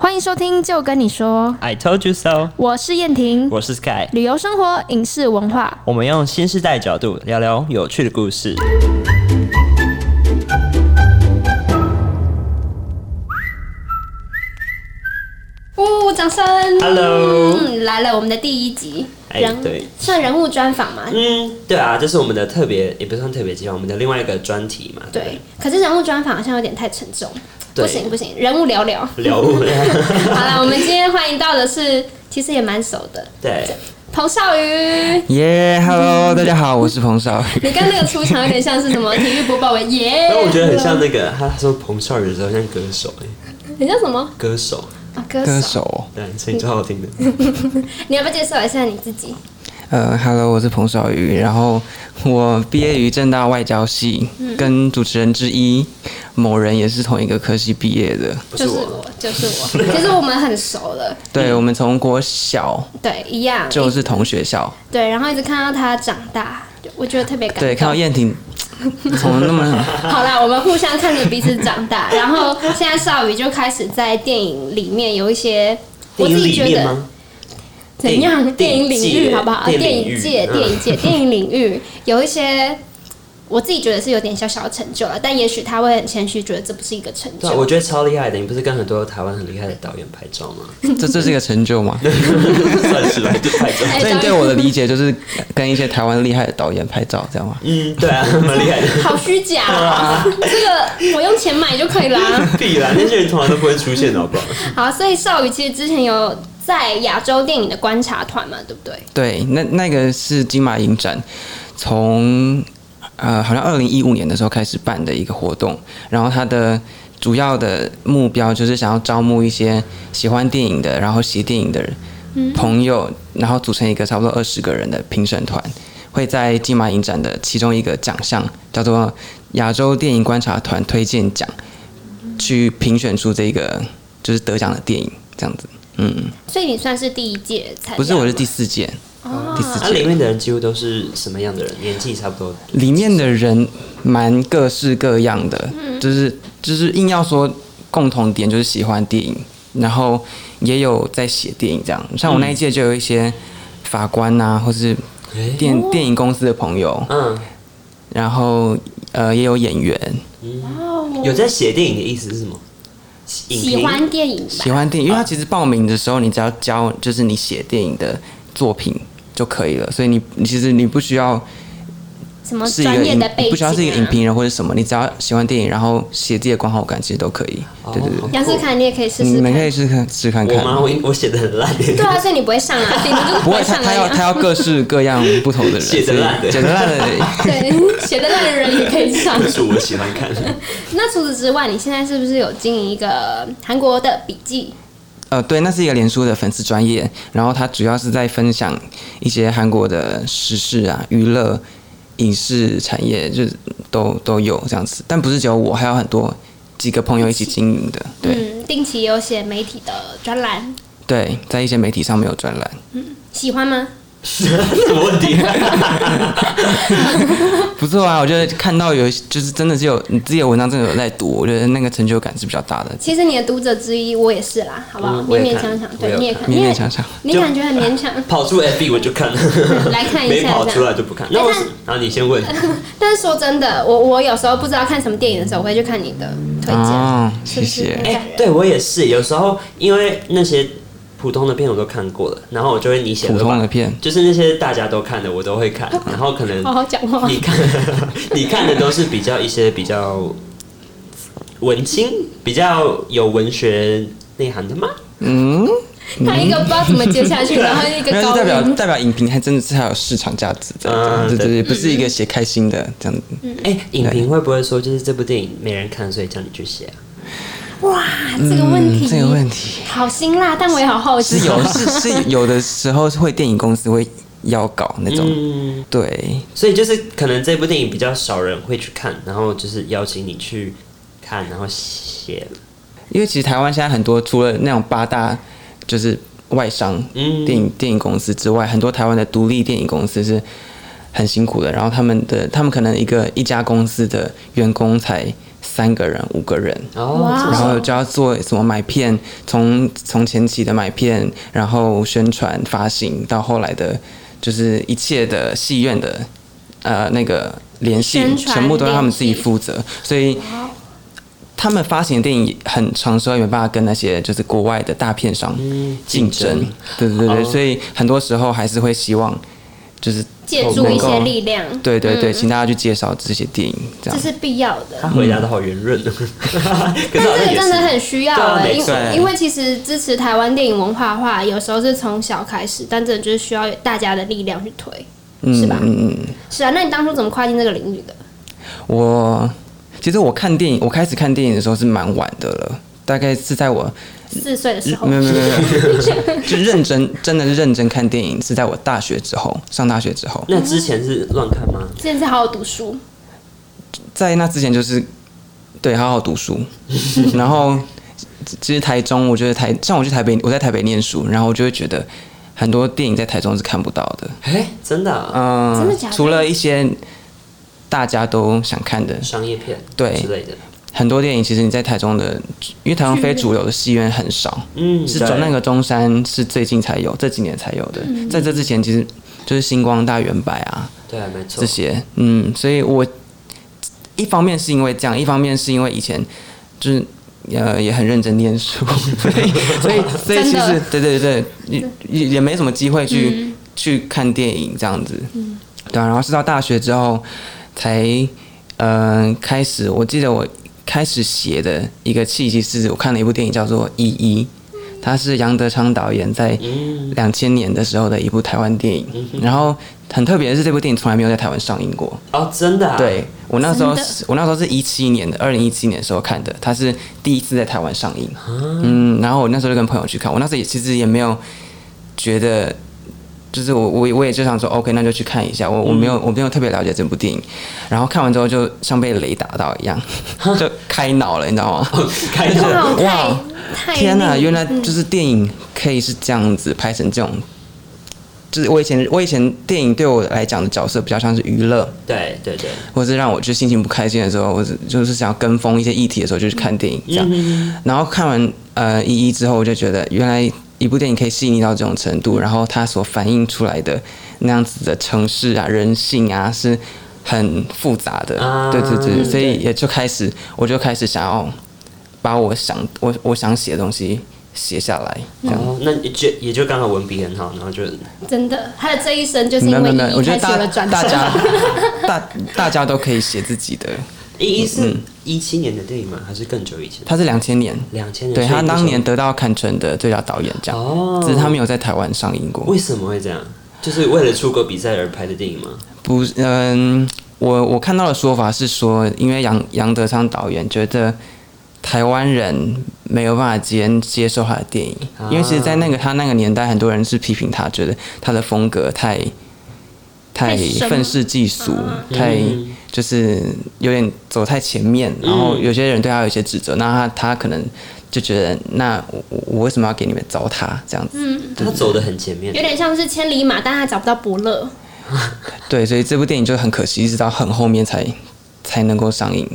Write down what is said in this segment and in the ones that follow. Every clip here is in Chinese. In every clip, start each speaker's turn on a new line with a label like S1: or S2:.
S1: 欢迎收听，就跟你说，
S2: I told you so。
S1: 我是燕婷。
S2: 我是 Sky，
S1: 旅游生活、影视文化，
S2: 我们用新时代角度聊聊有趣的故事。
S1: 呜、哦掌声
S2: Hello
S1: 嗯，来了我们的第一集，
S2: 哎对
S1: 算人物专访嘛，
S2: 嗯，对啊，这是我们的特别，也不算特别计划，我们的另外一个专题嘛。不
S1: 对。可是人物专访好像有点太沉重，
S2: 对
S1: 不行不行，人物聊 聊。好
S2: 聊我们 的
S1: 了，我们今天欢迎到的是，其实也蛮熟的，
S2: 对，
S1: 彭少 宇。
S3: 耶、h e l l o 大家 好，我是彭少宇。
S1: 你刚那个出场有点像 是什么体育播报员耶？
S2: 但我觉得很像那个，他说彭少宇的时候像歌手哎、
S1: 你叫什么
S2: 歌手，
S1: 啊？歌手。
S3: 歌手，
S2: 对，声音超好听的。
S1: 嗯你要不要介绍一下你自己？
S3: 呃，Hello，我是彭少宇。然后我毕业于正大外交系，
S1: 嗯
S3: 跟主持人之一某人也是同一个科系毕业的。
S1: 就是我，就是我。其实我们很熟了，
S3: 对，我们从国小
S1: 对，一样。
S3: 就是同学校。
S1: 对，然后一直看到他长大，就我觉得特别感动。
S3: 对，看到 燕婷，从那么
S1: 好啦，我们互相看着彼此长 大，然后现在少宇就开始在电影里面有一些，我
S2: 电
S1: 自
S2: 影
S1: 己
S2: 里
S1: 觉
S2: 面
S1: 得
S2: 吗？
S1: 怎样？电
S2: 电
S1: 影
S2: 影
S1: 领域
S2: 界
S1: 好不好？
S2: 电
S1: 电
S2: 影
S1: 影
S2: 域
S1: 界，
S2: 嗯
S1: 电 影界，电影领域有一些。我自己觉得是有点小小的成就了，但也许他会很谦虚，觉得这不是一个成
S2: 对啊，我
S1: 就。
S2: 觉得超厉害的。你不是跟很多台湾很厉害的导演拍照 吗？
S3: 这这是一个成就嘛？
S2: 算是吧，就拍照。
S1: 哎
S3: 所以你对我的理 解就是跟一些台湾厉害的导演拍照，这样吗？
S2: 嗯，对啊，蛮厉害的。
S1: 好虚假、 啊，这个我用钱买就可以啦、
S2: 必然，那些人通常都不会出现的，好不好？
S1: 好，所以少宇其实之前有在亚洲电影的观察团嘛，对不对？
S3: 对，那那个是金马影展从呃好像二零一五年的时候开始办的一个活动，然后它的主要的目标就是想要招募一些喜欢电影的，然后写电影的人朋友，然后组成一个差不多二十个人的评审团，会在金马影展的其中一个奖项叫做亚洲电影观察团推荐奖，去评选出这个就是得奖的电影这样子。嗯，
S1: 所以你算是第一届参加吗，
S3: 不是，我是第四届。第四届
S2: 那里面的人几乎都是什么样的人？年纪差不多。
S3: 里面的人蛮各式各样的，
S1: 嗯
S3: 就是就是硬要说共同点就是喜欢电影，然后也有在写电影这样。像我那一届就有一些法官呐、或是
S2: 哎
S3: 电、
S1: 哦
S3: 电影公司的朋友，
S2: 嗯，
S3: 然后呃也有演员，
S2: 有在写电影的意思是什么？影评
S1: 喜欢电影吧？
S3: 喜欢电影，因为他其实报名的时候你只要交就是你写电影的作品就可以了，所以你你其实你不需要
S1: 什么
S3: 是一个
S1: 专业
S3: 影
S1: 的背景、啊？
S3: 不需要是一个影评人或者什么，你只要喜欢电影，然后写自己的观后感其实都可以。对对对。
S1: 杨思凯，你也可以试
S3: 嗯你
S1: 试
S3: 们
S1: 看。
S3: 可以试看试看
S2: 哦我吗？
S3: 看。
S2: 我我写的很烂，
S1: 对啊，所以你不会上啊，顶多就是
S3: 不会，
S1: 会
S3: 他
S1: 上
S3: 他
S1: 而已
S3: 要他
S1: 啊。
S3: 要各式各样不同 的人，
S2: 写得
S3: 所以
S2: 烂的
S3: 写得烂的，
S1: 对，写的烂的人也可以 上。
S2: 是我喜欢看。
S1: 那除此之外，你现在是不是有经营一个韩国的笔记？
S3: 呃，对，那是一个脸书的粉丝专业，然后他主要是在分享一些韩国的时事啊、娱乐、影视产业，就是都都有这样子，但不是只有我，还有很多几个朋友一起经营的，对、
S1: 嗯，定期有写媒体的专栏，
S3: 对，在一些媒体上没有专栏，
S1: 喜欢吗？
S2: 什么问题？
S3: 不错啊，我觉得看到有就是真的是有你自己的文章真的有在读，我觉得那个成就感是比较大的，
S1: 其实你的读者之一，我也是啦，好不好？
S2: 嗯我
S1: 勉
S2: 也
S1: 勉
S2: 看
S1: 强强，
S2: 我
S1: 对，
S2: 也
S1: 你也
S2: 看
S1: 看，
S3: 勉
S1: 因
S3: 勉
S1: 为
S3: 强强。
S1: 你
S2: 就
S1: 感觉很 勉强，
S2: 跑出 FB 我就看，
S1: 来看一
S2: 没
S1: 下
S2: 跑
S1: 这
S2: 出
S1: 样。
S2: 来就不看。那我是，然后你先问，
S1: 但是说真的，我我有时候不知道看什么电影的时候，我会去看你的推荐，
S3: 哦
S1: 是不是
S3: 谢谢
S1: 很
S2: 哎、
S1: 感人？
S2: 对我也是，有时候因为那些普通的片我都看过了，然后我就会你写
S3: 普
S2: 的
S3: 通
S2: 吧，
S3: 的片，
S2: 就是那些大家都看的我都会 看，然后可能
S1: 好好讲话。
S2: 你看 你看的都是比较一些比较文青、比较有文学内涵的吗？
S3: 嗯，
S1: 他一个不知道怎么接 下去，然后一个
S3: 那
S1: 高
S3: 就代表
S1: 音，
S3: 代表影评还真的是还有市场价值的，
S2: 嗯
S3: 啊对对
S2: 对
S3: 对，不是一个写开心的这样子。
S1: 嗯
S2: 哎、影评会不会说就是这部电影没人看，所以叫你去写啊？
S1: 哇，这个问题，
S3: 嗯这个问 题
S1: 好辛辣，但我也好好奇。
S3: 是有是是有的时候会电影公司会要搞那种，
S2: 嗯，
S3: 对
S2: 所以就是可能这部电影比较少人会去看，然后就是邀请你去看，然后写，
S3: 因为其实台湾现在很多除了那种八大就是外商
S2: 嗯
S3: 电影电影公司之外，很多台湾的独立电影公司是很辛苦的。然后他们的他们可能一个一家公司的员工才三个人、五个人，
S1: 哇
S2: 哦，
S3: 然后就要做什么买片，从从前期的买片，然后宣传发行，到后来的，就是一切的戏院的，呃，那个联系
S1: 宣，传
S3: 全部都要他们自己
S1: 联系哦
S3: 负责，所以。他们发行的电影很长时候也没办法跟那些就是国外的大片商嗯竞争，对对对对，
S2: 哦
S3: 所以很多时候还是会希望就是
S1: 借助一
S3: 能
S1: 些
S3: 够啊
S1: 力量，
S3: 对对对，
S1: 嗯
S3: 请大家去介绍这些电影，这
S1: 这
S3: 样
S1: 是必要的。
S2: 他回答的好圆润，可是
S1: 但
S2: 好
S1: 这
S2: 像
S1: 个
S2: 也
S1: 真的
S2: 是
S1: 很需要
S2: 对啊
S1: 哎、
S2: 没
S1: 因
S3: 错
S1: 为因为其实支持台湾电影文化的话，有时候是从小开始，但真的就是需要大家的力量去推。是吧
S3: 嗯嗯嗯。
S1: 是啊，那你当初怎么跨进这个领域的？
S3: 我其实我看电影，我开始看电影的时候是蛮晚的了，大概是在我嗯
S1: 四岁的时候
S3: 没，有没有没有，就认真真的是认真看电影是在我大学之后，上大学之后，
S2: 那之前是乱看吗？
S1: 现在好好读书，
S3: 在那之前就是对好好读书，然后其实台中，我觉得台像我去台北，我在台北念书，然后我就会觉得很多电影在台中是看不到的，
S2: 哎，真的啊，
S3: 嗯、
S1: 真的假的
S3: 除了一些大家都想看的
S2: 商业片
S3: 对
S2: 之类的，
S3: 很多电影其实你在台中的，因为台湾非主流的戏院很少，
S2: 嗯，
S3: 是
S2: 对
S3: 中那个中山是最近才有，这几年才有的。在这之前，其实就是星光大圆柏啊
S2: 对啊，没错
S3: 这，些，嗯，所以我一方面是因为这样，一方面是因为以前就是呃也很认真念书， 所以所以所以
S1: 真
S3: 其
S1: 的
S3: 实对对对，也也也没什么机会去、去看电影这样子，对啊，然后是到大学之后才嗯、呃开始，我记得我开始写的一个契机是我看了一部电影叫做《一一》，它是杨德昌导演在
S2: 嗯
S3: 两千年的时候的一部台湾电影，然后很特别的是这部电影从来没有在台湾上映过。
S2: 哦，真的啊，
S3: 对我那时候
S1: 真的
S3: 是，我那时候是一七年的，二零一七年的时候看的，它是第一次在台湾上映。嗯，然后我那时候就跟朋友去看，我那时候也其实也没有觉得，就是我我我也就想说，OK，那就去看一下。我我没有我没有特别了解这部电影，然后看完之后就像被雷打到一样， 就开脑了，你知道吗？
S2: 开始
S1: 哇，
S3: 哦
S1: 太
S3: 哇
S1: 太嗯
S3: 天呐，
S1: 厉
S3: 原来就是电影可以是这样子拍成这种。就是我以前，我以前电影对我来讲的角色比较像是娱乐，
S2: 对对对，
S3: 或是让我就心情不开心的时候，我只就是想要跟风一些议题的时候，就去看电影这样。
S1: 嗯
S2: 嗯
S3: 然后看完呃一一之后，我就觉得原来一部电影可以细腻到这种程度，然后它所反映出来的那样子的城市啊、人性啊，是很复杂的。
S2: 啊
S3: 对对对，
S2: 嗯
S3: 所以也就开始，我就开始想要把我想我我想写的东西写下来。这样。嗯
S2: 哦，那也就也就刚好文笔很好，然后就
S1: 真的，他的这一生就是
S3: 没有
S1: 因为
S3: 没有没有，我
S1: 一
S3: 觉
S1: 开
S3: 得
S1: 始
S3: 大
S1: 有了转
S3: 大
S1: 折。
S3: 家 大大家都可以写自己的。
S2: 一一是一七年的电影吗？还是更久以前？
S3: 它是两千年，
S2: 两千年，
S3: 对
S2: 所以
S3: 他
S2: 那时候
S3: 当年得到坎城的最佳导演奖，
S2: 哦
S3: 只是他没有在台湾上映过
S2: 为。什么会这样？就是为了出国比赛而拍的电影吗？
S3: 不是，嗯，我我看到的说法是说，因为杨杨德昌导演觉得台湾人没有办法接接受他的电影，因为其实，在那个他那个年代，很多人是批评他，觉得他的风格太
S1: 太
S3: 太
S1: 深
S3: 愤世嫉俗，太
S2: 嗯
S3: 就是有点走太前面，然后有些人对他有一些指责，那他他可能就觉得，那我我我为什么要给你们糟蹋这样子？
S2: 他走的很前面
S1: 有，点像是千里马，但他找不到伯乐。
S3: 对，所以这部电影就很可惜，一直到很后面才才能够上映。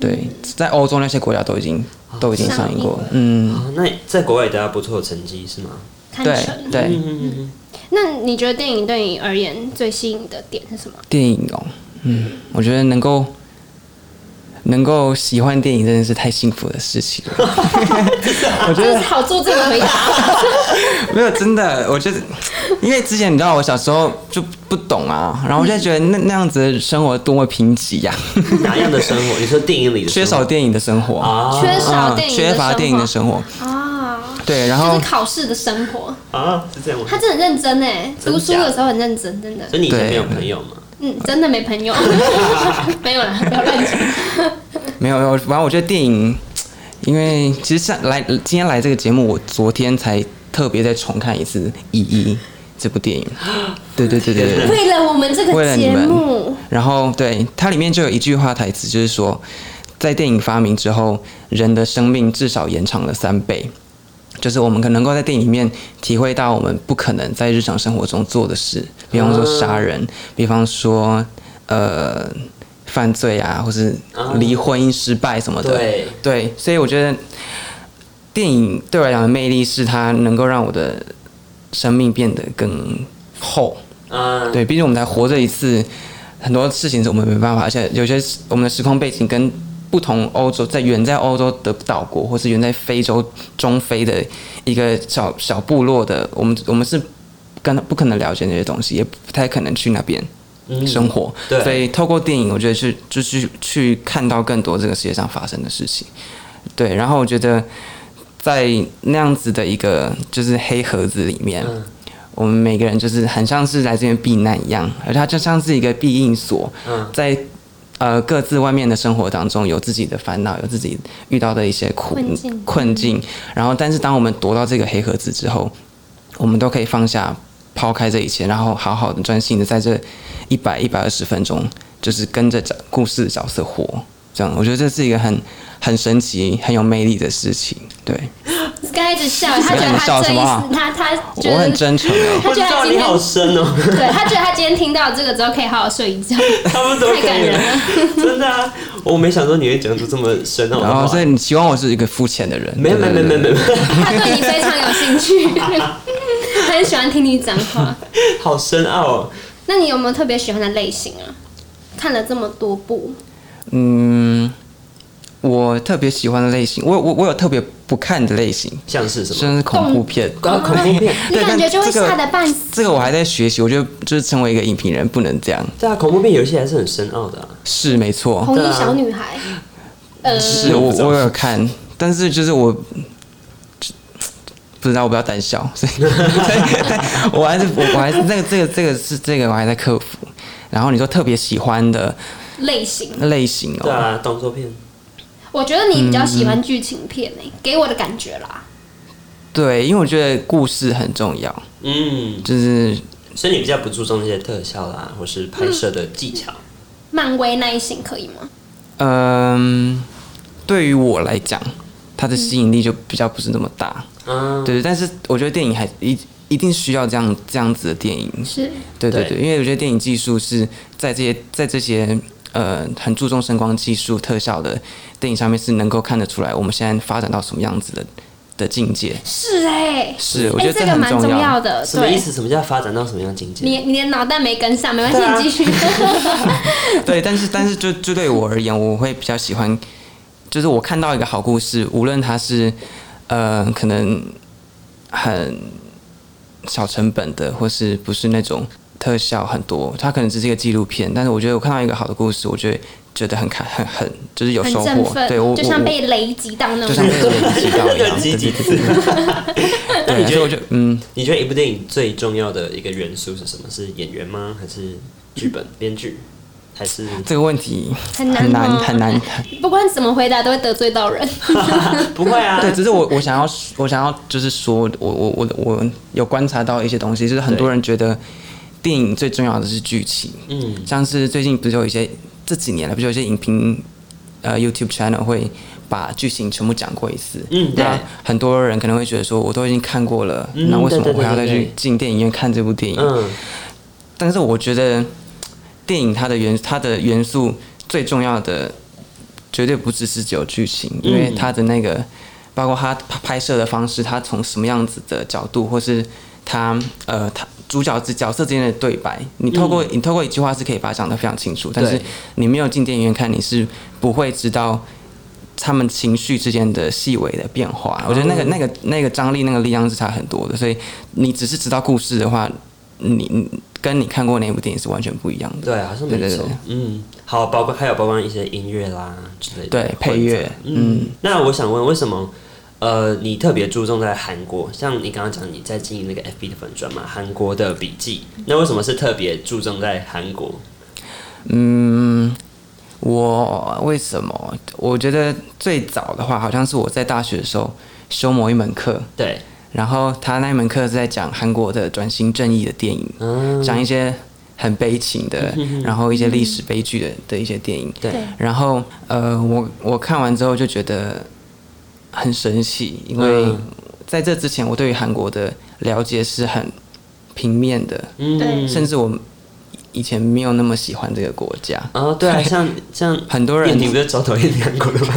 S3: 对，在欧洲那些国家都已经都已经上映过
S1: 嗯哦上映了。
S3: 嗯，
S2: 哦，那在国外得到不错的成绩是吗？
S1: 看
S3: 对
S1: 成。
S3: 对，
S1: 那你觉得电影对你而言最吸引的点是什么？
S3: 电影哦，嗯，我觉得能够能够喜欢电影真的是太幸福的事情 了。
S1: 我觉得好做作的回答，
S3: 没有，真的，我觉得，因为之前你知道我小时候就不懂啊，然后我就觉得那那样子的生活多么贫瘠 呀、
S2: 哪样的生 活？你说电影里的
S3: 缺
S2: 生活
S3: 少电影的生活。
S2: 啊
S1: 缺少
S3: 嗯
S1: 电影的
S3: 缺乏电影的生活，
S1: 活啊，
S3: 对，然
S1: 就
S3: 后
S1: 是考试的生活。
S2: 啊，是这样吗？
S1: 他真的很认真哎，
S2: 真
S1: 读书
S2: 假
S1: 的时候很认真，真的，
S2: 所以你以前
S3: 对
S2: 没有朋友吗？
S1: 嗯，真的没 朋友，没有啦，不要乱讲。
S3: 没有，没有，反正我觉得电影，因为其实像来今天来这个节目，我昨天才特别再重看一次《一一》这部 电影。对对对对对。
S1: 为了我们这
S3: 为
S1: 个
S3: 了你
S1: 节
S3: 们
S1: 目，
S3: 然后对它里面就有一句话台词，就是说，在电影发明之后，人的生命至少延长了三倍。就是我们可能够在电影里面体会到我们不可能在日常
S2: 嗯
S3: 生活中做的事，比方说杀人，比方说呃犯罪啊，或是
S2: 啊
S3: 离婚姻失败什么的。
S2: 对，
S3: 对，所以我觉得电影对我来讲的魅力是它能够让我的生命变得更厚。
S2: 嗯，
S3: 对，毕竟我们才活着一次，很多事情是我们没办法，而且有些时我们的时空背景跟不同欧洲，在远在欧洲的岛国，或是远在非洲中非的一个小小部落的，我们我们是跟不可能了解那些东西，也不太可能去那边
S2: 嗯
S3: 生活。
S2: 对
S3: 所以透过电影，我觉得去就是去看到更多这个世界上发生的事情。对，然后我觉得在那样子的一个就是黑盒子里面，
S2: 嗯
S3: 我们每个人就是很像是来这边避难一样，而它就像是一个避应所，
S2: 嗯
S3: 在呃各自外面的生活当中有自己的烦恼，有自己遇到的一些苦
S1: 困境
S3: 困境。然后，但是当我们躲到这个黑盒子之后，我们都可以放下、抛开这一切，然后好好的、专心的在这一百一百二十分钟，就是跟着角故事角色活。这样，我觉得这是一个很很神奇、很有魅力的事情。对
S1: Sky 一直笑，他觉得
S3: 你笑
S1: 他这
S3: 什
S1: 一
S3: 么啊
S1: 次，他他觉
S3: 我很
S1: 得，
S3: 真诚哦，
S2: 我
S1: 他
S2: 知
S1: 觉得他
S2: 道
S1: 今
S2: 你
S1: 天
S2: 好深哦，
S1: 对他觉得他今天听到这个之后可以好好睡 一觉，
S2: 他们都可
S1: 太感
S2: 以
S1: 人
S2: 了，真的啊，我没想说你会讲出这么深奥的
S3: 然后
S2: 话，
S3: 所以你希望我是一个肤浅的人？
S2: 没有没
S3: 对
S2: 有没有没有，没有，
S1: 他对你非常有兴趣， 他很喜欢听你讲话。
S2: 好深奥哦，
S1: 那你有没有特别喜欢的类型啊？看了这么多部，
S3: 嗯，我特别喜欢的类型，我我我有特别不看的类型，
S2: 像是什么？
S3: 像是恐怖片。
S2: 啊恐怖片，
S1: 你
S3: 对
S1: 感觉
S3: 但
S1: 就会
S3: 这个
S1: 吓得半死。
S3: 这个我还在学习，我觉得就是成为一个影评人不能这样，
S2: 对啊，恐怖片有一些还是很深奥的啊，
S3: 是没错，
S1: 红衣
S2: 对啊
S1: 小女孩，呃，
S3: 是我我有看，但是就是我不知道，我比较胆小，所以所以我还是我我还是这个这个这个是这个我还在克服。然后你说特别喜欢的
S1: 类型，
S3: 类型
S2: 对
S3: 哦，
S2: 啊，动作片，
S1: 我觉得你比较喜
S3: 嗯
S1: 欢剧情片诶、给我的感觉啦。
S3: 对，因为我觉得故事很重要，
S2: 嗯，
S3: 就是
S2: 所以你比较不注重那些特效啦，或是拍摄的技巧，
S1: 漫威那一型可以吗？
S3: 嗯，对于我来讲，它的吸引力就比较不是那么大。
S2: 嗯，
S3: 对，但是我觉得电影还一一定需要这样这样子的电影。
S1: 是，
S3: 对对
S2: 对
S3: 对，因为我觉得电影技术是在这些在这些呃很注重声光技术特效的电影上面是能够看得出来我们现在发展到什么样子的的境界。
S1: 是哎、
S3: 是，我
S1: 哎、
S3: 觉得
S1: 这个
S3: 很
S1: 蛮重
S3: 要。
S1: 要的，
S2: 什么
S1: 对
S2: 意。思？什么叫发展到什么样的境界？
S1: 你你的脑袋没跟上，没关
S2: 对啊
S1: 系，你继 续。
S3: 对，但是但是就就对我而言，我会比较喜欢，就是我看到一个好故事，无论它是呃可能很小成本的，或是不是那种特效很多，它可能只是一个纪录片，但是我觉得我看到一个好的故事，我就会觉得很看很很就是有
S1: 很
S3: 收
S1: 振
S3: 获，
S1: 奋
S3: 对我，
S1: 就像
S3: 我
S1: 被雷击到那
S3: 我就
S1: 种
S3: 像
S1: 感
S3: 被
S1: 觉。
S3: 人击到一样，
S2: 人击
S3: 对
S2: 几
S3: 对
S2: 次
S3: 对对。对，所以我就嗯，
S2: 你觉得一部电影最重要的一个元素是什么？是演员吗？还是剧本、编剧？还是
S3: 这个问题
S1: 很难
S3: 很难
S1: 哦
S3: 很难，
S1: 不管怎么回答都会得罪到 人。
S2: 不会啊？
S3: 对，只是我我想要我想要就是说，我我我我有观察到一些东西，就是很多人觉得电影最重要的是剧情，
S2: 嗯，
S3: 像是最近不是有一些这几年了，不是有一些影评呃 YouTube channel 会把剧情全部讲过一次，
S2: 嗯对
S3: 那很多人可能会觉得说，我都已经看过了，
S2: 嗯
S3: 那为什么
S2: 对对对
S3: 我还要再
S2: 对
S3: 去
S2: 对
S3: 进电影院看这部电影？
S2: 嗯，
S3: 但是我觉得电影它的元它的元素最重要的，绝对不只是只有剧情，
S2: 嗯
S3: 因为它的那个包括它拍拍摄的方式，它从什么样子的角度，或是它呃它主角之角色之间的对白，你透过、你透过一句话是可以把它讲得非常清楚，但是
S2: 对
S3: 你没有进电影院看，你是不会知道。他们情绪之间的细微的变化，我觉得那个、那个、那个张力、那个力量是差很多的。所以你只是知道故事的话，你你跟你看过那部电影是完全不一样的。
S2: 对，啊好像没
S3: 对对
S2: 错
S3: 对。
S2: 嗯，好，包括还有包括一些音乐啦之类的，
S3: 对配乐
S2: 混杂嗯，那我想问，为什么呃你特别注重在韩国？像你刚刚讲你在经营那个 FB 的粉砖嘛，韩国的笔记，那为什么是特别注重在韩国？
S3: 嗯，我为什么？我觉得最早的话，好像是我在大学的时候修某一门课，
S2: 对，
S3: 然后他那一门课是在讲韩国的转型正义的电影，
S2: 嗯，
S3: 讲一些很悲 情的，然后一些历史悲剧的的一些电影。
S2: 对
S1: 对
S3: 然后呃，我我看完之后就觉得很神奇，因为
S2: 嗯
S3: 在这之前我对于韩国的了解是很平面的，
S2: 嗯
S1: 对
S3: 甚至我以前没有那么喜欢这个国家，
S2: 哦，对啊，像 像
S3: 很多
S2: 燕
S3: 人
S2: 婷不是走讨厌韩国的吗？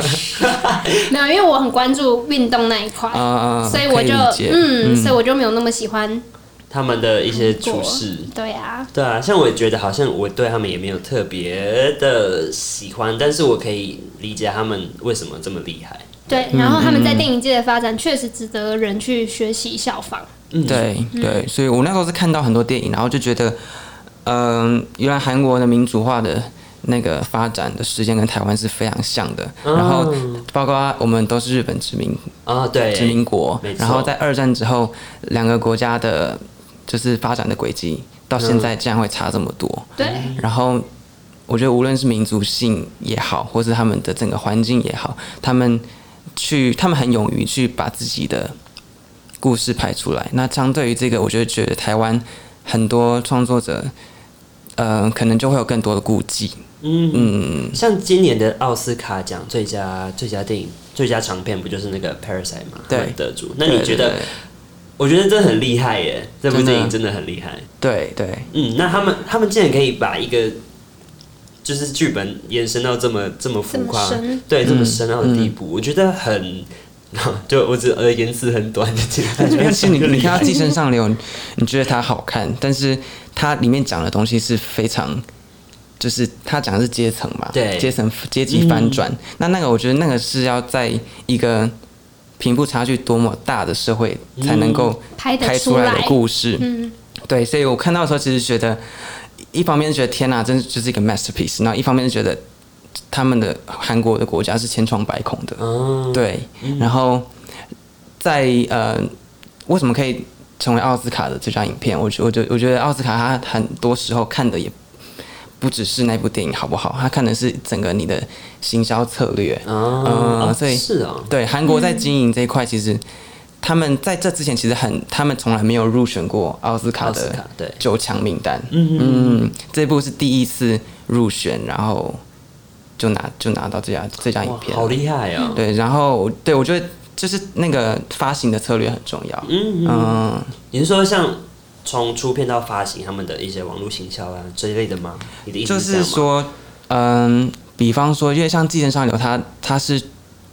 S1: 没有，因为我很关注运动那一块，
S3: 啊啊，
S1: 所以我
S3: 可
S1: 就
S3: 理解
S1: 嗯，所以我就没有那么喜欢
S2: 他们的一些
S1: 韩
S2: 处
S1: 国
S2: 事，
S1: 对啊，
S2: 对啊，像我觉得好像我对他们也没有特别的喜欢，但是我可以理解他们为什么这么厉害。
S1: 对。
S3: 嗯
S1: 然后他们在电影界的发展确实值得人去学习效仿。
S2: 嗯，，
S3: 对对，所以我那时候是看到很多电影，然后就觉得，嗯、原来韩国的民主化的那个发展的时间跟台湾是非常像的，
S2: 哦
S3: 然后包括我们都是日本殖民
S2: 啊，对，
S3: 殖民国
S2: 没，错
S3: 然后在二战之后，两个国家的就是发展的轨迹到现在竟然会差这么多，
S1: 对，
S3: 然后我觉得无论是民族性也好，或是他们的整个环境也好，他们去他们很勇于去把自己的故事拍出来。那相对于这个，我就觉得台湾很多创作者，呃，可能就会有更多的顾忌。
S2: 嗯，像今年的奥斯卡奖最佳最佳电影、最佳长片，不就是那个《Parasite》吗？
S3: 对
S2: 他们得主。那你觉得？
S3: 对
S2: 我觉得这很厉害耶，这部
S3: 真的
S2: 电影真的很厉害。
S3: 对对对
S2: 嗯，那他们他们竟然可以把一个就是剧本延伸到这么这么浮夸
S1: 这么深，
S2: 对，这么深嗯奥的地步，我觉得很。 就我只呃言辞很短的简单，
S3: 因为其实你
S2: 就
S3: 你
S2: 厉
S3: 看
S2: 害
S3: 到《寄生上流》，你觉得它好看，但是它里面讲的东西是非常，就是它讲的是阶层嘛，
S2: 对
S3: 阶层阶级翻转。那那个我觉得那个是要在一个贫富差距多么大的社会才能够
S1: 拍得
S3: 拍
S1: 出
S3: 出来
S1: 来
S3: 的，故事。嗯，对，所以我看到的时候，其实觉得一方面觉得天哪、真是就是一个 masterpiece，然后一方面觉得他们的韩国的国家是千疮百孔的。
S2: 哦，
S3: 对，然后在呃，为什么可以成为奥斯卡的最佳影片？我觉我觉我觉得奥斯卡它很多时候看的也不只是那部电影好不好，它看的是整个你的行销策略。
S2: 哦，
S3: 嗯
S2: 哦
S3: 所以
S2: 是哦，
S3: 对，韩国在经营这一块，其实他们在这之前其实很，他们从来没有入选过奥斯卡
S2: 奥斯
S3: 的
S2: 卡对，
S3: 九强名单。嗯嗯，这部是第一次入选，然后就拿就拿到最佳最佳影
S2: 哇，
S3: 片了。啊
S2: 好厉害哦，
S3: 对，然后对我觉得就是那个发行的策略很重要。
S2: 嗯嗯，
S3: 嗯，
S2: 你是说像从出片到发行，他们的一些网络行销啊这一类的吗？你的意
S3: 就
S2: 思这
S3: 是
S2: 样吗？
S3: 说，嗯，比方说，因为像《寄生上流》它，它是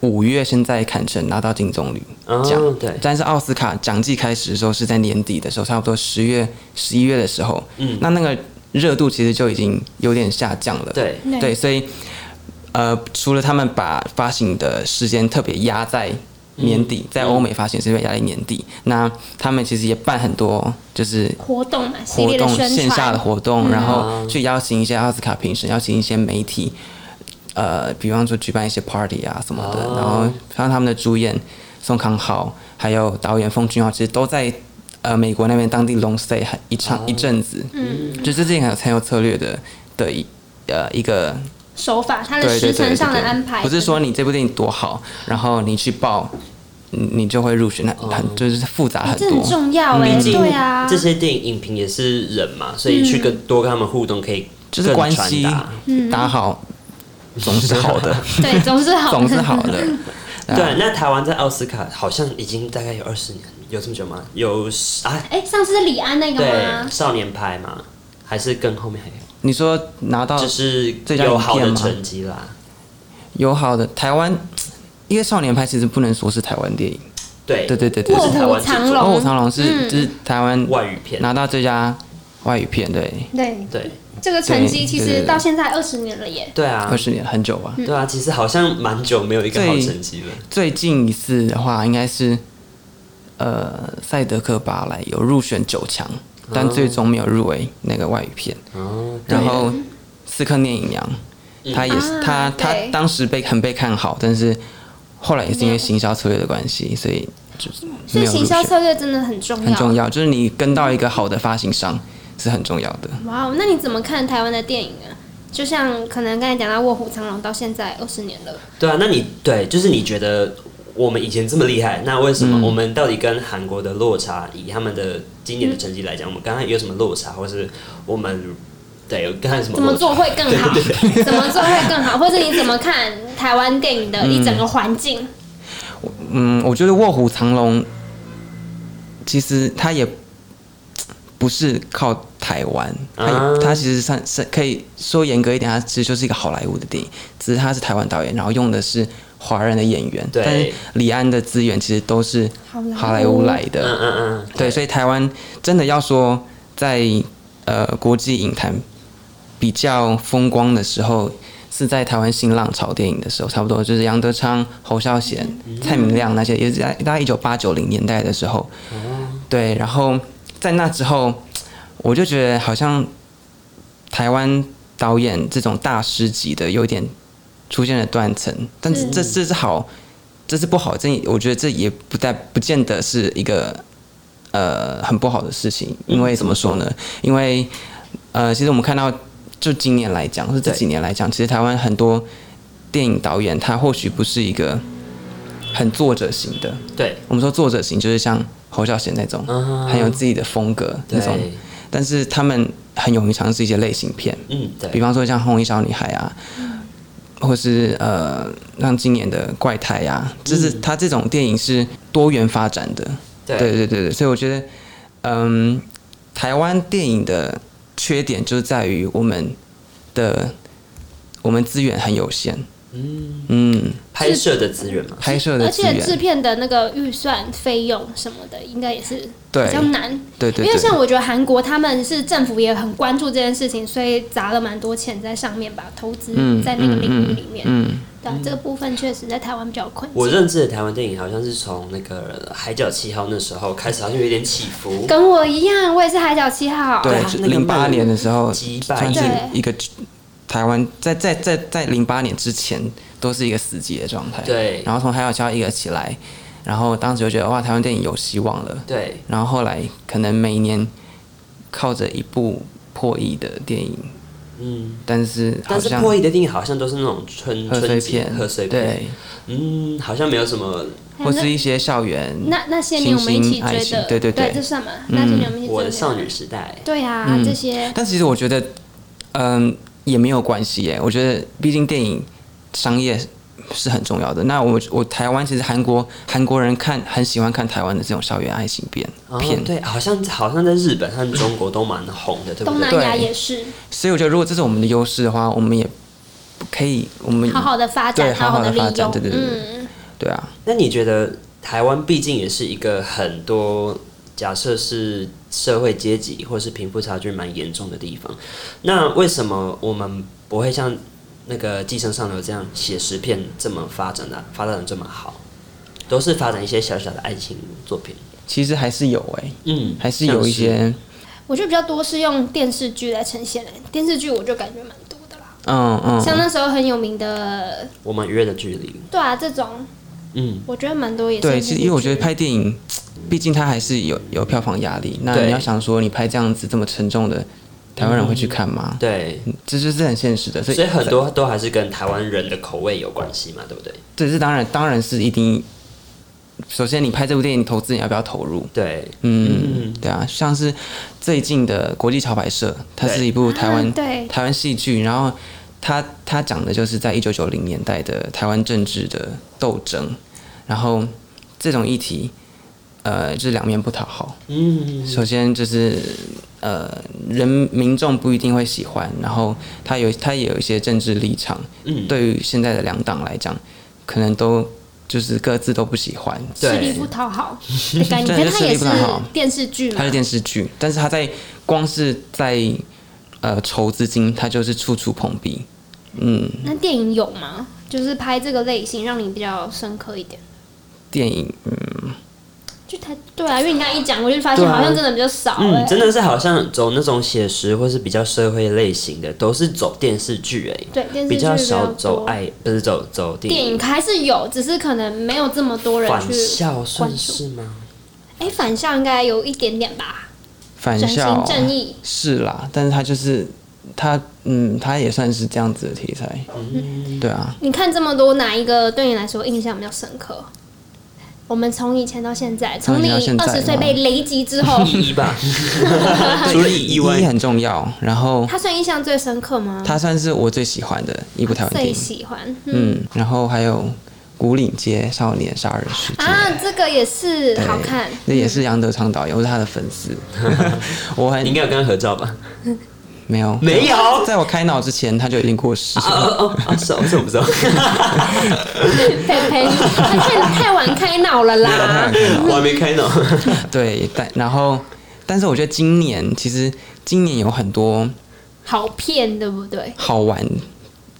S3: 五月先在坎城拿到金棕榈，
S2: 哦
S3: 讲，
S2: 对，
S3: 但是奥斯卡奖季开始的时候是在年底的时候，差不多十月、十一月的时候，
S2: 嗯，
S3: 那那个热度其实就已经有点下降了。
S2: 对，啊
S3: 对，所以呃，除了他们把发行的时间特别压在年
S2: 嗯
S3: 底，在欧美发行是被压在年底，那他们其实也办很多就是
S1: 活动嘛，系
S3: 活
S1: 列的
S3: 动
S1: 宣
S3: 线下的
S1: 传，嗯
S3: 活动，然
S2: 啊
S3: 后去邀请一些奥斯卡评审，邀请一些媒体。呃，比方说举办一些 party 啊什么的，
S2: 哦
S3: 然后让他们的主演宋康昊还有导演奉俊昊，其实都在呃美国那边当地 long stay 很一场、一阵子，
S1: 哦嗯，
S3: 就这是一个很有很有策略的的一呃一个
S1: 手法，它的
S3: 对对
S1: 时
S3: 对
S1: 程
S3: 对
S1: 上的
S3: 对
S1: 安排，
S3: 不是说你这部电影多好，然后你去报，你你就会入选，那很就是复杂
S1: 哎
S3: 很
S1: 这很
S3: 多。
S1: 重要哎，
S2: 毕竟
S1: 对啊
S2: 这，些电影影评也是人嘛，所以去跟多跟他们互动可以
S3: 就是关系
S2: 更传达
S3: 打好总是好的，
S1: 对，总是好，
S3: 总是好的。啊
S2: 对，那台湾在奥斯卡好像已经大概有二十年，有这么久吗？有十啊，
S1: 哎，上次是李安那个
S2: 对，
S1: 吗？
S2: 少年派嘛，还是更后面还有，
S3: 你说拿到
S2: 就是
S3: 哦最佳影片
S2: 有好的
S3: 吗
S2: 成绩啦。
S3: 友好的台湾，因为少年派其实不能说是台湾电影，
S2: 对
S3: 对对对对
S1: 卧
S2: 是
S3: 对。
S2: 台
S1: 虎
S2: 湾制作
S1: 藏
S3: 《
S1: 龙，
S3: 卧虎藏龙》是
S1: 嗯
S3: 就是台湾
S2: 外语片，
S3: 拿到最佳外语片，对，
S1: 对，
S2: 对
S1: 这个成绩其
S3: 对对
S1: 实
S3: 对
S1: 到现在二十年了耶，
S2: 对啊
S3: 二，十年很久吧。
S1: 嗯
S2: 对啊，其实好像蛮久没有一个好
S3: 最
S2: 成绩了。
S3: 最近一次的话，应该是呃赛德克巴莱有入选九强，但最终没有入围那个外语片。
S2: 哦，对嗯
S3: 然后《刺客聂隐娘》，他也是、
S1: 啊
S3: 他他
S1: 对
S3: 当时被很被看好，但是后来也是因为行销策略的关系，所以就是
S1: 所
S3: 没
S1: 以
S3: 有入
S1: 行销
S3: 选。
S1: 策略真的很重
S3: 很
S1: 要。
S3: 重要，就是你跟到一个好的发行商是很重要的。
S1: 哇哦，那你怎么看台湾的电影啊？就像可能刚才讲到《卧虎藏龙》，到现在二十年了，
S2: 对啊，那你对，就是你觉得我们以前这么厉害，那为什
S3: 嗯
S2: 么我们到底跟韩国的落差，以他们的今年的成绩来讲，我们刚刚有什么落差，或是我们对有刚才有什么
S1: 怎么
S2: 落差？
S1: 做会更好？ 怎么做会更好？或者你怎么看台湾电影的一整个环境？
S3: 嗯，我觉得《卧虎藏龙》其实它也不是靠台湾，它也
S2: 啊
S3: 它其实算是可以说严格一点，它其实就是一个好莱坞的电影，只是它是台湾导演，然后用的是华人的演员，
S2: 对
S3: 但是李安的资源其实都是
S1: 好莱坞
S3: 好莱坞来的，
S2: 嗯嗯嗯，
S3: 对，所以台湾真的要说在呃国际影坛比较风光的时候，是在台湾新浪潮电影的时候，差不多就是杨德昌、侯孝贤、蔡明亮那些，也是在大概一九八九零年代的时候。对，然后在那之后，我就觉得好像台湾导演这种大师级的有点出现了断层，但是这这是好，这是不好，这我觉得这也不但不见得是一个呃很不好的事情，因
S2: 嗯
S3: 为怎么说呢？因为呃，其实我们看到，就今年来讲，或是这
S2: 对
S3: 几年来讲，其实台湾很多电影导演他或许不是一个很作者型的，
S2: 对，
S3: 我们说作者型就是像侯孝贤那种，
S2: 嗯
S3: 很有自己的风格那种，
S2: 对，
S3: 但是他们很勇于尝试一些类型片，
S2: 嗯
S3: 比
S2: 对，
S3: 方说像《红衣小女孩》啊，或是呃，像今年的《怪胎》啊，就是
S2: 嗯
S3: 它这种电影是多元发展的。
S2: 对
S3: 对对对对，所以我觉得，嗯，台湾电影的缺点就在于我们的我们资源很有限。嗯
S2: 拍摄的资源嘛，
S3: 拍摄的
S1: 而
S3: 资
S1: 且制
S3: 源，
S1: 片的那个预算费用什么的，应该也是
S3: 对
S1: 比较难。
S3: 对对对，
S1: 因为像我觉得韩国他们是政府也很关注这件事情，所以砸了蛮多钱在上面吧，投资
S3: 嗯
S1: 在那个领域里面。
S3: 嗯嗯
S1: 对啊、这个部分确实在台湾比较困
S2: 我
S1: 境。
S2: 认知的台湾电影好像是从那个《海角七号》那时候开始，好像有一点起伏。
S1: 跟我一样，我也是海角七号。
S3: 对
S2: 啊，那个
S3: 零八
S2: 卖
S3: 年的时候
S2: 几百
S3: 算是
S1: 亿
S3: 一个台湾在在在在零八年之前都是一个死寂的状态。
S2: 对
S3: 然后从海角七号一个起来，然后当时就觉得哇，台湾电影有希望了。
S2: 对，
S3: 然后后来可能每年靠着一部破亿的电影，
S2: 嗯，
S3: 但是好
S2: 但是
S3: 像
S2: 破译的电影好像都是那种春
S3: 贺岁
S2: 春节
S3: 片、
S2: 贺岁片，
S3: 对，
S2: 嗯，好像没有什么。
S1: 还有
S3: 或
S1: 那
S3: 是一些校园
S1: 哎那那些年我们一起
S3: 星星爱
S1: 追
S3: 情
S1: 的，
S3: 对对对嗯
S1: 这算嘛？那些年我们一起
S2: 嗯
S1: 追
S2: 我的少女时代，
S1: 对啊，这些
S3: 但其实我觉得，嗯，也没有关系耶。我觉得，毕竟电影商业是很重要的。那我我台湾其实韩国韩国人看很喜欢看台湾的这种校园爱情片
S2: 哦
S3: 片，
S2: 对，好像好像在日本和中国都蛮红的，对不
S1: 东
S2: 对？
S1: 南亚
S3: 对
S1: 也是
S3: 所以我觉得如果这是我们的优势的话，我们也可以，我们
S1: 好好的发展，
S3: 对好好
S1: 的
S3: 地
S1: 利
S3: 发展
S1: 用。
S3: 对对对对
S1: 嗯，
S3: 对啊，
S2: 那你觉得台湾毕竟也是一个很多假设是社会阶级或是贫富差距蛮严重的地方，那为什么我们不会像那个《寄生上流》这样写实片这么发展的、发展的这么好？都是发展一些小小的爱情作品，
S3: 其实还是有哎，
S2: 嗯，
S3: 还是有
S2: 像是
S3: 一些，
S1: 我觉得比较多是用电视剧来呈现的，电视剧我就感觉蛮多的啦。
S3: 嗯
S1: 像
S3: 嗯，
S1: 那时候很有名的，
S2: 我们约的距离，
S1: 对啊，这种
S2: 嗯，
S1: 我觉得蛮多也是
S3: 对，
S1: 电视
S3: 其
S1: 剧。
S3: 实因为我觉得拍电影。毕竟它还是有有票房压力，那
S2: 对
S3: 你要想说，你拍这样子这么沉重的，台湾人会去看
S1: 嗯
S3: 吗？
S2: 对，
S3: 这就是很现实的，所以
S2: 所以很多都还是跟台湾人的口味有关系嘛，对不对？
S3: 对，这当然当然是一定。首先，你拍这部电影投资，你要不要投入？
S2: 对，
S3: 嗯，
S2: 嗯
S3: 对啊，像是最近的国际潮牌社，它
S2: 对
S3: 是一部台湾、
S1: 啊对
S3: 台湾戏剧，然后它它讲的就是在一九九零年代的台湾政治的斗争，然后这种议题，呃，就是两面不讨好。
S2: 嗯，
S3: 首先就是呃，人民众不一定会喜欢，然后他有他也有一些政治立场，
S2: 嗯
S3: 对于现在的两党来讲，可能都就是各自都不喜欢。
S1: 吃
S2: 对
S1: 力不讨 好的概念，
S3: 对
S1: 可是它也是
S3: 吃力不讨好
S1: 电视剧嘛
S2: 啊
S3: 它是，电视剧，但是他在光是在呃筹资金，他就是处处碰壁。嗯，
S1: 那电影有吗？就是拍这个类型，让你比较深刻一点。
S3: 电影嗯
S1: 就它对啊，因为你刚刚一讲，我就发现
S2: 对啊
S1: 好像真的比较少、欸
S2: 嗯，真的是好像走那种写实或是比较社会类型的，都是走电视剧哎、
S1: 对电视剧
S2: 比较少
S1: 多
S2: 走爱，不是走走电
S1: 电
S2: 影。
S1: 影还是有，只是可能没有这么多人
S2: 返
S1: 去。
S2: 校算是 吗？
S1: 哎、反向应该有一点点吧，
S3: 反
S1: 转
S3: 校啊
S1: 型正义。
S3: 是啦，但是他就是他嗯，他也算是这样子的题材。对啊，
S1: 你看这么多，哪一个对你来说印象比较深刻？我们从以前到现在，从
S3: 从以
S1: 你
S3: 前到现在
S1: 二十岁
S3: 吗
S1: 被雷击之 后，
S2: 第一吧，
S3: 对
S2: 除了
S3: 意
S2: 以外
S3: 义，很重要，然后
S1: 他算印象最深刻吗？
S3: 它算是我最喜欢的一部台湾电
S1: 最
S3: 影。
S1: 喜欢，嗯，
S3: 嗯，然后还有《古岭街少年杀人事件》
S1: 啊，这个也是
S3: 对
S1: 好看，
S3: 那也是杨德昌导演，我是他的粉 丝，我
S2: 你应
S3: 很
S2: 该有跟他合照吧？
S3: 没有
S2: 没有
S3: 在我开脑之前他就已经过世
S2: 啊
S3: 了。
S2: 哦哦，是哦，这我不知道，
S1: 佩佩，他太太晚开脑了 啦。
S2: 我还没开呢。
S3: 对，但然后，但是我觉得今年其实今年有很多
S1: 好片对不对？
S3: 好玩、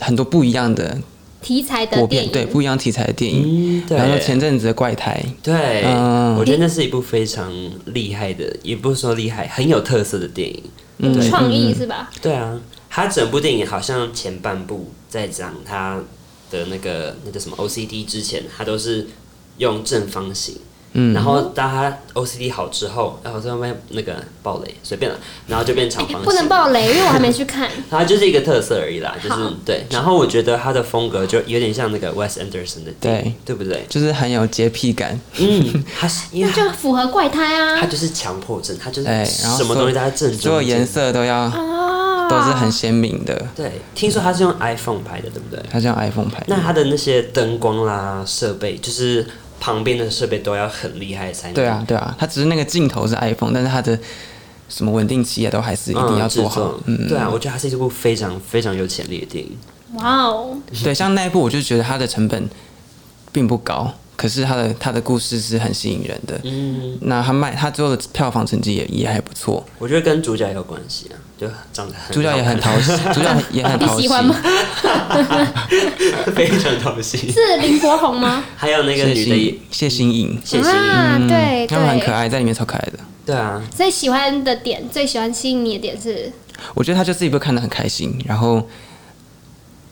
S3: 很多不一样的
S1: 题材的
S3: 国
S1: 电
S3: 片，
S1: 影，
S3: 对，不一样题材的电影。
S2: 嗯，
S3: 然后前阵子的怪胎，
S2: 对，
S3: 嗯
S2: 我觉得那是一部非常厉害的，也不是说厉害，很有特色的电影。
S3: 嗯，
S1: 创意是吧？
S2: 对啊，他整部电影好像前半部在讲他的那个那叫什么 OCD 之前，他都是用正方形。
S3: 嗯
S2: 然后当他 OCD 好之后，然后在外面那个暴雷随便了，然后就变长方形。
S3: 嗯
S1: 哎不能爆 雷，因为我还没去看。
S2: 它就是一个特色而已啦，就是
S1: 好
S2: 对。然后我觉得它的风格就有点像那个 Wes Anderson 的电影，对不对？
S3: 就是很有洁癖感，
S2: 嗯，它是因为它
S1: 就符合怪胎
S2: 它
S1: 啊
S2: 就是强迫症，它就是
S3: 对，哎然
S2: 嗯
S3: 后
S2: 什么东西它正中间
S3: 所有颜。色都要
S1: 啊，
S3: 都是很鲜明的，
S2: 对，听说它是用 iPhone 拍的，对不对？
S3: 它像 iPhone 牌。
S2: 那它的那些灯光啦、设备，就是旁边的设备都要很厉害才能。
S3: 对啊，对啊，它只是那个镜头是 iPhone，但是它的什么稳定器啊，都还是一
S2: 嗯，
S3: 定要
S2: 制
S3: 做
S2: 作
S3: 好。嗯，
S2: 对啊，我觉得它是一部非常非常有潜力的电影。
S1: 哇哦，
S3: 对，像那一部，我就觉得它的成本并不高，可是它的它的故事是很吸引人的。
S2: 嗯，
S3: 那它卖它最后的票房成绩也也还不错，
S2: 我觉得跟主角也有关系啊，就长得很
S3: 主角也很讨喜，主角也 很
S1: 你
S3: 讨喜
S1: 喜。欢吗？
S2: 非常讨喜。
S1: 是林柏宏吗？
S2: 还有那个
S3: 谢
S2: 女的也
S3: 欣谢欣颖，
S2: 谢欣颖，
S1: 啊，对
S3: 他们很可
S1: 对。
S3: 爱，在里面超可爱的。
S2: 对啊，
S1: 所以喜欢的点，最喜欢吸引你的点是，
S3: 我觉得他就是一部看得很开心，然后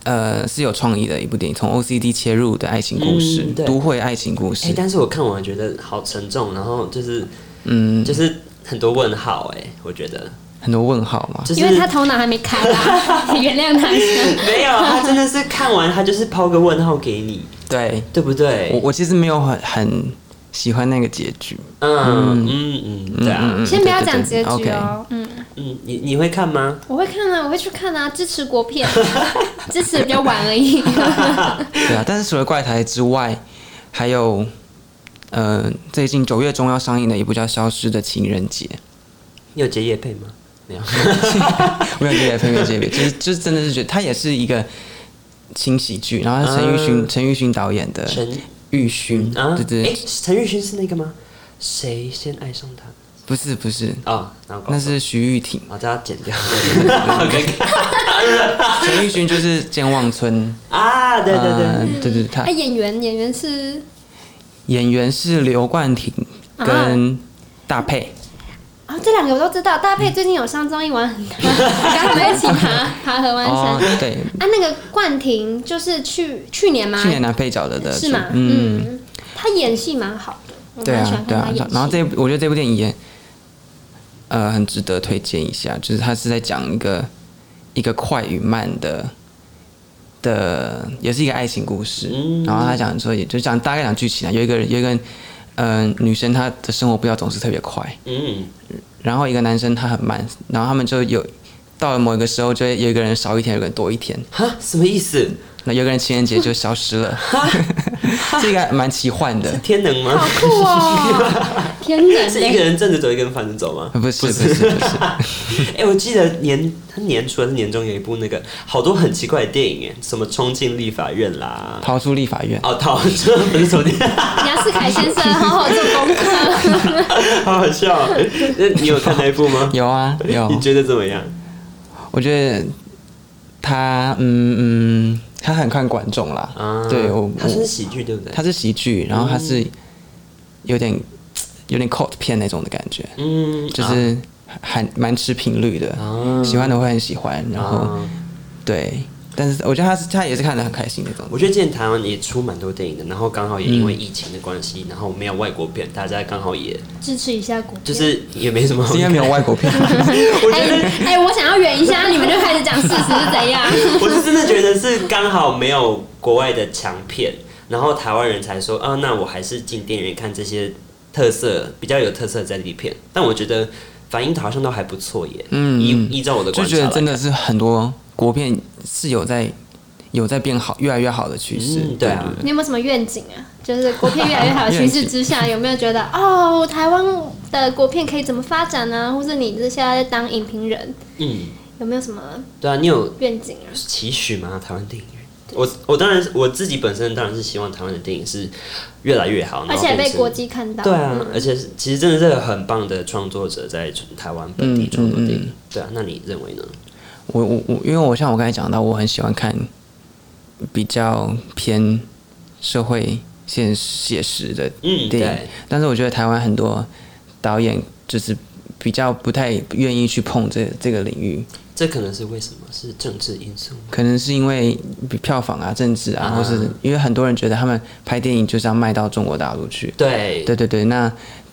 S3: 呃是有创意的一部电影，从 OCD 切入的爱情故事，
S2: 嗯对
S3: 都会爱情故
S2: 哎、
S3: 事。
S2: 但是我看完觉得好沉重，然后就是
S3: 嗯，
S2: 就是很多问号、哎，我觉得
S3: 很多问号嘛。
S2: 就是
S1: 因为他头脑还没开 啦，原谅他一下。
S2: 没有，他真的是看完他就是抛个问号给你，
S3: 对
S2: 对不
S3: 我
S2: 对？
S3: 我其实没有很很喜欢那个结局。
S2: 嗯嗯嗯，对啊，嗯
S3: 嗯
S1: 先不要讲
S3: 对
S1: 结
S3: 对对
S1: 局哦，嗯，
S2: 你你会看吗？
S1: 我会看啊，我会去看啊，支持国 片，支持比较晚而已。
S3: 对啊，但是除了怪台之外，还有呃最近九月中要上映的一部叫《消失的情人节
S2: 你有结业配吗？没有，》，啊
S3: 我有觉得分别这 边，就是就是真的是觉得它也是一个轻喜剧，然后它是陈玉勋
S2: 嗯
S3: 陈玉勋导演的
S2: 陈
S3: 玉勋，
S2: 啊，
S3: 对对
S2: 哎，陈奕迅是那个吗？谁先爱上他？
S3: 不是不是，
S2: 哦，然后搞
S3: 那是徐玉婷，
S2: 我这要剪 掉，好尴尬
S3: 陈玉勋就是健忘村，
S2: 啊！对对对，
S3: 呃对对，他
S1: 那哎演员演员是
S3: 演员是刘冠廷跟大佩，
S1: 啊，这两个我都知道。搭
S3: 嗯
S1: 配最近有上综艺玩很大， 跟他们一起爬爬合欢山。
S3: 哦，对，
S1: 啊，那个冠廷就是去去年吗？
S3: 去年男配角的的
S1: 啊是吗？
S3: 嗯，
S1: 嗯，他演戏蛮好的，我
S3: 对
S1: 蛮喜
S3: 啊
S1: 欢
S3: 对
S1: 看
S3: 啊
S1: 他演，戏。
S3: 然后这部我觉得这部电影也呃很值得推荐一下，就是他是在讲一个一个快与慢的。的也是一个爱情故事，
S2: 嗯
S3: 然后他讲说，也就讲大概讲剧情啊，有一个人有一个嗯、呃、女生，她的生活步调总是特别快，
S2: 嗯，
S3: 然后一个男生他很慢，然后他们就有到了某一个时候，就会有一个人少一天，有一个人多一天，
S2: 哈，什么意思？
S3: 那有一个人情人节就消失 了，这个还蛮奇幻的
S2: 是。天能吗？
S1: 好酷哦！天哪，
S2: 是一个人站着走，一个人反着走 吗？
S3: 不是不是不是，
S2: 哎、我记得年他年初还是年中有一部那个好多很奇怪的电影，哎，什么冲进立法院啦，
S3: 逃出立法院，
S2: 哦，逃这不是什么电影，
S1: 杨世凯先生好好做 功课。
S2: 好好 笑。那你有看那一部吗？
S3: 有啊有
S2: 你，觉得怎么样？
S3: 我觉得他嗯嗯，他很看观众啦。
S2: 啊，
S3: 对我
S2: 它是
S3: 我
S2: 喜剧对不对？
S3: 他是喜剧，然后他是有点有点 cult 片那种的感觉，
S2: 嗯，
S3: 就是还蛮吃频率的，
S2: 啊
S3: 喜欢的会很喜欢，然后。
S2: 啊
S3: 对，但是我觉得他是他也是看得很开心那种。
S2: 我觉得之前台湾也出蛮多电影的，然后刚好也因为疫情的关系，然后没有外国片，大家刚好也
S1: 支持一下国片。
S2: 就是也没什么好
S3: 是因为没有外国 片，
S2: 我
S1: 哎
S2: 觉得
S1: 哎，我想要圆一下，你们就开始讲事实是怎样。
S2: 我是真的觉得是刚好没有国外的强片，然后台湾人才说啊，那我还是进电影院看这些特色比较有特色的在地片。但我觉得反应好像都还不错耶。嗯，依依照我的
S3: 就
S2: 观察
S3: 觉
S2: 来看，
S3: 得真的是很多国片是有在有在变好，越来越好的趋势。
S2: 嗯对啊
S1: 你有没有什么愿景啊？就是国片越来越好的
S3: 愿
S1: 趋
S3: 景
S1: 势之下，有没有觉得哦，台湾的国片可以怎么发展呢、或者你是现在在当影评人，
S2: 嗯，
S1: 有没有什么
S2: 对啊，你有
S1: 愿景啊？
S2: 期许吗？台湾电影院？我我当然是我自己本身当然是希望台湾的电影是越来越好，
S1: 而且
S2: 然后变
S1: 被
S2: 成
S1: 国际看到，
S2: 对啊，
S1: 嗯
S2: 而且是其实真的是有很棒的创作者在台湾本
S1: 嗯
S2: 地创作电影。对啊，那你认为呢？
S3: 我我我，因为我像我刚才讲到，我很喜欢看比较偏社会现写实的
S2: 嗯，
S3: 电影
S2: 对，
S3: 但是我觉得台湾很多导演就是比较不太愿意去碰这这个领域，
S2: 这可能是为什么是政治因素吗？
S3: 可能是因为票房啊、政治啊，
S2: 啊
S3: 或是因为很多人觉得他们拍电影就是要卖到中国大陆去。
S2: 对，
S3: 对对对，那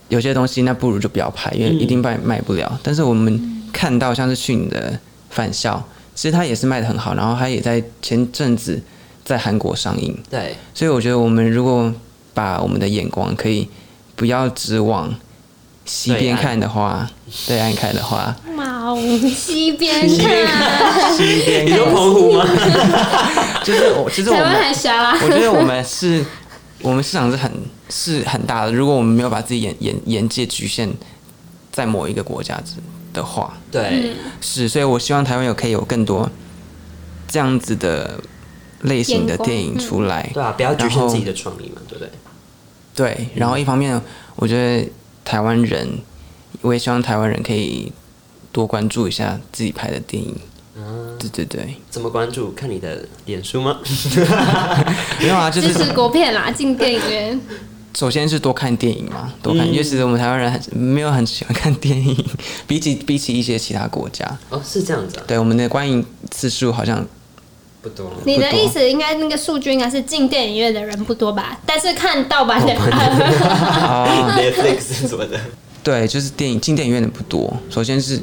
S3: 有些东西那不如就不要拍，因为
S2: 嗯
S3: 一定卖卖不了。但是我们看到像是去你的返校，其实它也是卖的很好，然后它也在前阵子在韩国上映。
S2: 对，
S3: 所以我觉得我们如果把我们的眼光可以不要只往西边看的话，对岸看的话，
S1: 哇哦，西边
S2: 西边
S1: 看，
S3: 西边
S2: 你说澎湖吗？
S3: 就是我，其实我
S1: 台湾啊
S3: 们，
S1: 海峡啦，
S3: 我觉得我们是，我们市场是很是很大的。如果我们没有把自己眼眼眼界局限在某一个国家之的话，
S2: 对，
S1: 嗯
S3: 是，所以我希望台湾有可以有更多这样子的类型的
S1: 眼光
S3: 电影
S1: 嗯
S3: 出来。
S2: 对啊，不要局
S3: 然
S2: 限
S3: 后
S2: 自己的创意嘛，对不对？
S3: 对，然
S2: 嗯
S3: 后一方面，我觉得台湾人，我也希望台湾人可以多关注一下自己拍的电影。
S2: 啊，
S3: 对对对，
S2: 怎么关注？看你的脸书吗？
S3: 没有啊，就
S1: 支
S3: 是
S1: 持国片啦，进电影院，
S3: 首先是多看电影嘛，多看，
S2: 嗯
S3: 因为其实我们台湾人很没有很喜欢看电影， 比起比起一些其他国家，
S2: 哦，是这样子啊，
S3: 对我们的观影次数好像
S2: 不多。
S1: 你的
S3: 不多
S1: 意思应该那个数据应该是进电影院的人不多吧？但是看盗版的人，
S2: 啊 Netflix 什么的，
S3: 对，就是电影进电影院的不多。首先是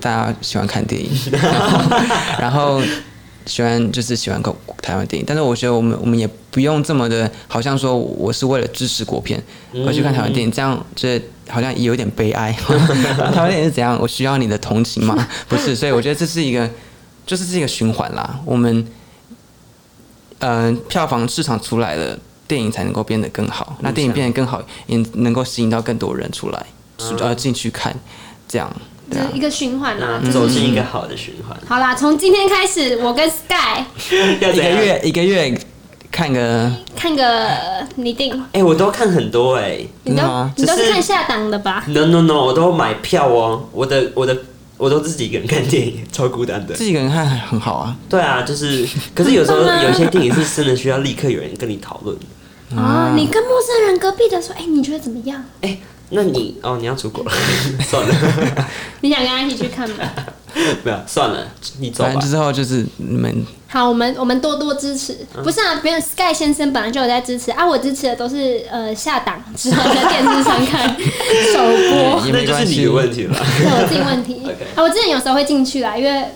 S3: 大家喜欢看电影，然后然后喜欢就是喜欢看台湾电影，但是我觉得我们我们也不用这么的，好像说我是为了支持国片而去看台湾电影，这样这好像也有点悲哀。 台湾电影是怎样？我需要你的同情吗？不是，所以我觉得这是一个就是这个循环啦。我们呃票房市场出来了。电影才能够变得更好，那电影变得更好，也能够吸引到更多人出来，
S2: 嗯
S3: 出呃进去看，这样
S1: 就
S3: 对啊
S1: 是一个循环 啦。
S2: 那走进一个好的循环，
S1: 好啦，从今天开始，我跟 Sky
S2: 要
S3: 一
S2: 怎
S3: 个
S2: 样？
S3: 月一个月看个
S1: 看个呃你定，
S2: 哎，我都看很多哎、
S1: 你
S3: 真
S1: 都
S3: 的吗
S1: 你都
S2: 只
S1: 是
S2: 是
S1: 看下档的吧？
S2: No No No，我都买票哦，我的我的我都自己一个人看电影，超孤单的
S3: 自。己一个人看很好啊，
S2: 对啊，就是，可是有时候
S1: 很棒啊
S2: 有些电影是真的需要立刻有人跟你讨论。
S1: 哦，你跟陌生人隔壁的说，哎，你觉得怎么样？
S2: 哎、那你哦，你要出国了，算了，
S1: 你想跟他一起去看吗？
S2: 没有算了，你走
S3: 反
S2: 吧
S3: 正。之后就是你们
S1: 好，我们我们多多支持。不是啊，没有 Sky 先生本来就有在支持啊，我支持的都是呃下档之后在电视上看首播，
S3: 也
S2: 哦那
S3: 没
S2: 就
S3: 关
S2: 是
S3: 系
S2: 你的问题了。
S1: 是我自己问题
S2: OK
S1: 啊。我之前有时候会进去啦，因为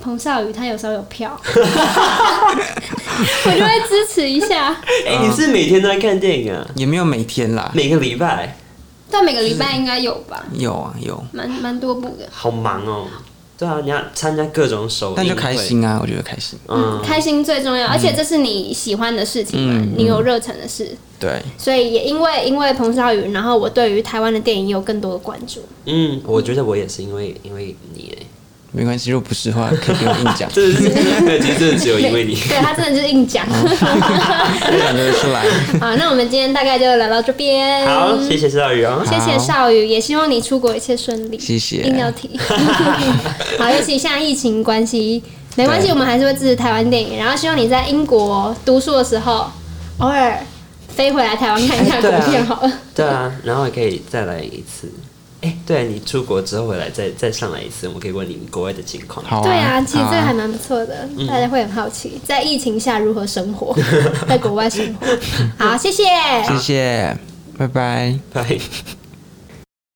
S1: 彭少宇他有时候有票， 我就会支持一下。
S2: 哎、你是每天都在看电影啊？
S3: 也没有每天啦，
S2: 每个礼拜，
S1: 但每个礼拜应该有吧，
S3: 有啊有，
S1: 蛮蛮多部的。
S2: 好忙哦。对啊，你要参加各种首映，
S3: 但就开。心啊，我觉得开心。
S1: 嗯，
S2: 哦嗯，
S1: 开心最重要，而且这是你喜欢的事情嘛，你有热忱的事，
S3: 对，
S1: 所以也因为因为彭少宇，然后我对于台湾的电影有更多的关注。
S2: 嗯，我觉得我也是因为因为你哎，，
S3: 没关系，如果不是的话可以给我硬 讲
S2: 真的是， 没有其实真的只有因为你。哦
S1: 对他真的就是硬讲。
S3: 不然就会出来。
S1: 好，那我们今天大概就聊到这边。
S2: 好，谢谢邵宇哦。
S1: 谢谢
S3: 好
S1: 少宇，也希望你出国一切顺利。
S3: 谢谢
S1: 硬要 提。好，尤其现在疫情关系，没关系，
S3: 对
S1: 我们还是会支持台湾电影。然后希望你在英国读书的时候，偶尔飞回来台湾看一下
S2: 哎
S1: 国
S2: 对啊
S1: 片好了。
S2: 对啊，然后也可以再来一次。哎，对你出国之后回来再再上来一次，我们可以问你国外的情况。
S3: 好
S1: 对啊，其实这个还
S3: 好啊
S1: 蛮不错的，大家会很好奇，在疫情下如何生活，在国外生活。好，谢谢。
S3: 谢谢，拜拜。
S2: 拜。